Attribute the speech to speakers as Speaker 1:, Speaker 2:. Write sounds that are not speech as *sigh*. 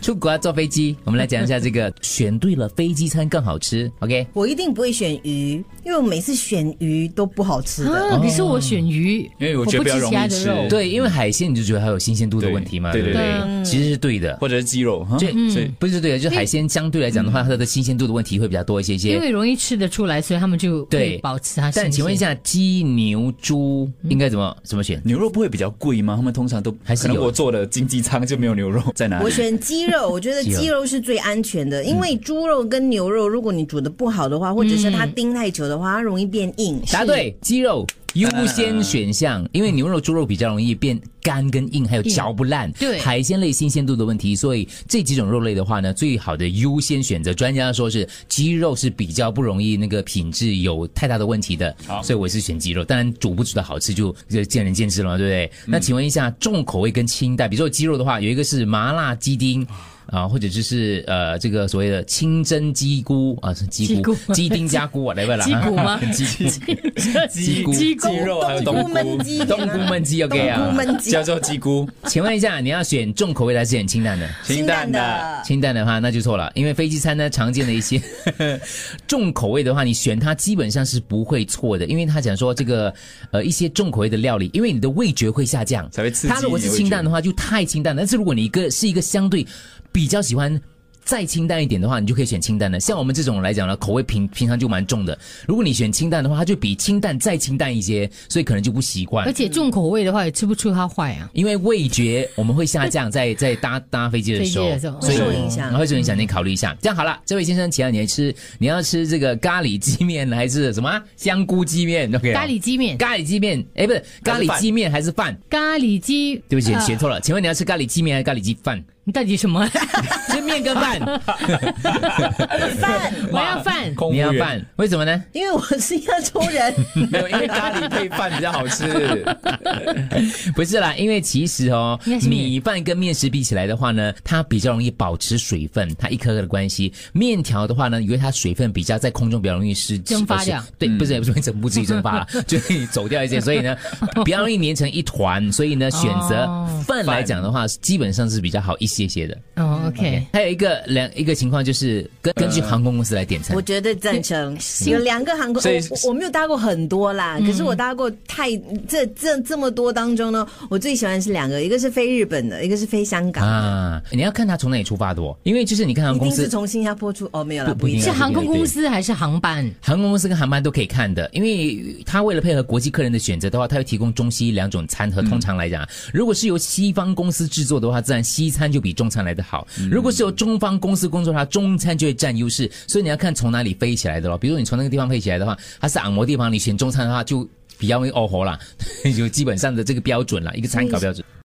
Speaker 1: 出国要坐飞机，我们来讲一下这个选对了飞机餐更好吃。OK，
Speaker 2: 我一定不会选鱼，因为我每次选鱼都不好吃
Speaker 1: *laughs*
Speaker 2: 的。
Speaker 3: 啊，可是我选鱼，
Speaker 4: 哦因为
Speaker 3: 我
Speaker 4: 我觉
Speaker 3: 不
Speaker 4: 得比较
Speaker 3: 吃
Speaker 4: 容
Speaker 3: 其他
Speaker 4: 易
Speaker 3: 的
Speaker 4: 吃，
Speaker 3: 肉。
Speaker 1: 对，因为海鲜你就觉得它有新鲜度的
Speaker 4: 对
Speaker 1: 问题嘛，
Speaker 4: 哦对
Speaker 1: 不
Speaker 4: 对嗯
Speaker 1: 对？
Speaker 3: 嗯
Speaker 1: 其实是对的，
Speaker 4: 或者是鸡肉哈，
Speaker 1: 这
Speaker 4: 所以
Speaker 1: 不是对的，就海鲜相对来讲的话，它的新鲜度的问题会比较多一些一
Speaker 3: 因
Speaker 1: 些。
Speaker 3: 为容易吃得出来，所以他们就可以
Speaker 1: 对，
Speaker 3: 保持它新鲜。
Speaker 1: 但请问一
Speaker 3: *laughs*
Speaker 1: 下，鸡、牛、猪应该怎么怎么选？
Speaker 4: 牛肉不会比较贵吗？他们通常都
Speaker 1: 还是
Speaker 4: 可能
Speaker 1: 有
Speaker 4: 我做的经济舱就没有牛肉在哪里
Speaker 2: 我。选鸡肉，我觉得
Speaker 1: 鸡肉嗯
Speaker 2: 鸡肉是最安全的，因为猪肉跟牛肉，如果你煮的不好的话，或者是
Speaker 1: 嗯
Speaker 2: 它叮太久的话，它容易变硬。
Speaker 1: 答对，鸡肉优先选项，因为牛肉、猪肉比较容易变干跟硬，还有嚼不烂。
Speaker 3: 对
Speaker 1: 海鲜类新鲜度的问题，所以这几种肉类的话呢，最好的优先选择，专家说是鸡肉是比较不容易那个品质有太大的问题的。
Speaker 4: 好
Speaker 1: 所以我是选鸡肉，当然煮不煮的好吃就就见仁见智了嘛，对不对？那请问一下，重口味跟清淡，比如说鸡肉的话，有一个是麻辣鸡丁。啊，或者就是呃，这个所谓的清蒸鸡菇啊，是鸡菇
Speaker 3: 鸡、菇
Speaker 1: 鸡丁加菇啊，来不来？
Speaker 3: 鸡骨吗
Speaker 1: 鸡骨鸡菇
Speaker 3: 鸡骨
Speaker 4: 鸡肉还有
Speaker 2: 冬
Speaker 4: 冬
Speaker 2: 菇
Speaker 4: 菇
Speaker 2: 焖鸡，
Speaker 1: 冬菇焖鸡 OK
Speaker 2: 冬
Speaker 1: 啊
Speaker 2: 菇？焖鸡，
Speaker 4: 叫做鸡菇，
Speaker 1: 请问一下，你要选重口味的还是选清淡的？
Speaker 4: 清淡的。
Speaker 1: 清淡的话那就错了，因为飞机餐呢常见的一些 *laughs* 重口味的话，你选它基本上是不会错的，因为他讲说这个呃一些重口味的料理，因为你的味觉会下降，
Speaker 4: 才会刺激
Speaker 1: 它如果是清淡的话就太清淡，但是如果你一个是一个相对比较喜欢。再清淡一点的话，你就可以选清淡的。像我们这种来讲呢，口味平平常就蛮重的。如果你选清淡的话，它就比清淡再清淡一些，所以可能就不习惯
Speaker 3: 而。且重口味的话，也吃不出它坏啊。
Speaker 1: 因为味觉我们会下降在，在搭搭飞机的时候，
Speaker 3: 飞机的时候
Speaker 1: 所以
Speaker 2: 会受影响
Speaker 1: 然后会受影响，你考虑一下。这样好了，这位先生，请问你来吃，你要吃这个咖喱鸡面还是什么啊香菇鸡面？OK，
Speaker 3: 咖喱鸡面，
Speaker 1: 咖喱鸡面，哎，不是咖
Speaker 4: 还是
Speaker 1: 喱
Speaker 4: 饭
Speaker 1: 鸡面还是饭？
Speaker 3: 咖喱鸡，
Speaker 1: 对不起，
Speaker 3: 啊
Speaker 1: 写错了。请问你要吃咖喱鸡面还是咖喱鸡饭？
Speaker 3: 你到底
Speaker 1: *laughs*
Speaker 3: 什么？
Speaker 1: 是面跟饭，
Speaker 2: 饭，
Speaker 3: 我要饭。
Speaker 4: 空
Speaker 1: 你要
Speaker 4: 服员
Speaker 1: 饭，为什么呢？
Speaker 2: 因为我是亚洲人，
Speaker 1: *laughs*
Speaker 4: 没有，因为咖喱配饭比较好吃。
Speaker 1: *laughs* 不是啦，因为其实哦
Speaker 3: 应该，是面
Speaker 1: 米饭跟面食比起来的话呢，它比较容易保持水分，它一颗颗的关系。面条的话呢，因为它水分比较在空中比较容易失
Speaker 3: 蒸发掉，嗯
Speaker 1: 失对，不是也不是蒸不至于蒸发
Speaker 3: *laughs*
Speaker 1: 了，就会走掉一些，所以呢，比较容易粘成一团。所以呢，选择
Speaker 3: 哦
Speaker 1: 饭来讲的话，基本上是比较好一些些的。
Speaker 3: 哦，OK，
Speaker 1: *laughs* 还有一个两一个情况就是根根据航空公司来点餐
Speaker 2: 我，绝对
Speaker 1: *laughs*
Speaker 2: 赞成。有两个航空，
Speaker 4: 所以
Speaker 2: 我我我没有搭过很多啦，
Speaker 1: 嗯
Speaker 2: 可是我搭过太这这这么多当中呢，我最喜欢是两个，一个是飞日本的，一个是飞香港。
Speaker 1: 啊，你要看它从哪里出发的哦，因为就是你看航
Speaker 2: 一
Speaker 1: 空公
Speaker 2: 定
Speaker 1: 司
Speaker 2: 是从新加坡出哦，没有啦，
Speaker 1: 不
Speaker 2: 不一定。
Speaker 3: 是航空公司还是航班？
Speaker 1: 航空公司跟航班都可以看的，因为它为了配合国际客人的选择的话，它会提供中西两种餐盒。通常来讲啊，如果是由西方公司制作的话，自然西餐就比中餐来的好；如果是由中方公司工作的话，中餐就会占优势。所以你要看从哪里飞起来的咯。比如说你从那个地方飞起来的话，它是按摩 *laughs* 地方，你选中餐的话就比较容易哦吼啦，有基本上的这个标准啦，一个参考标准。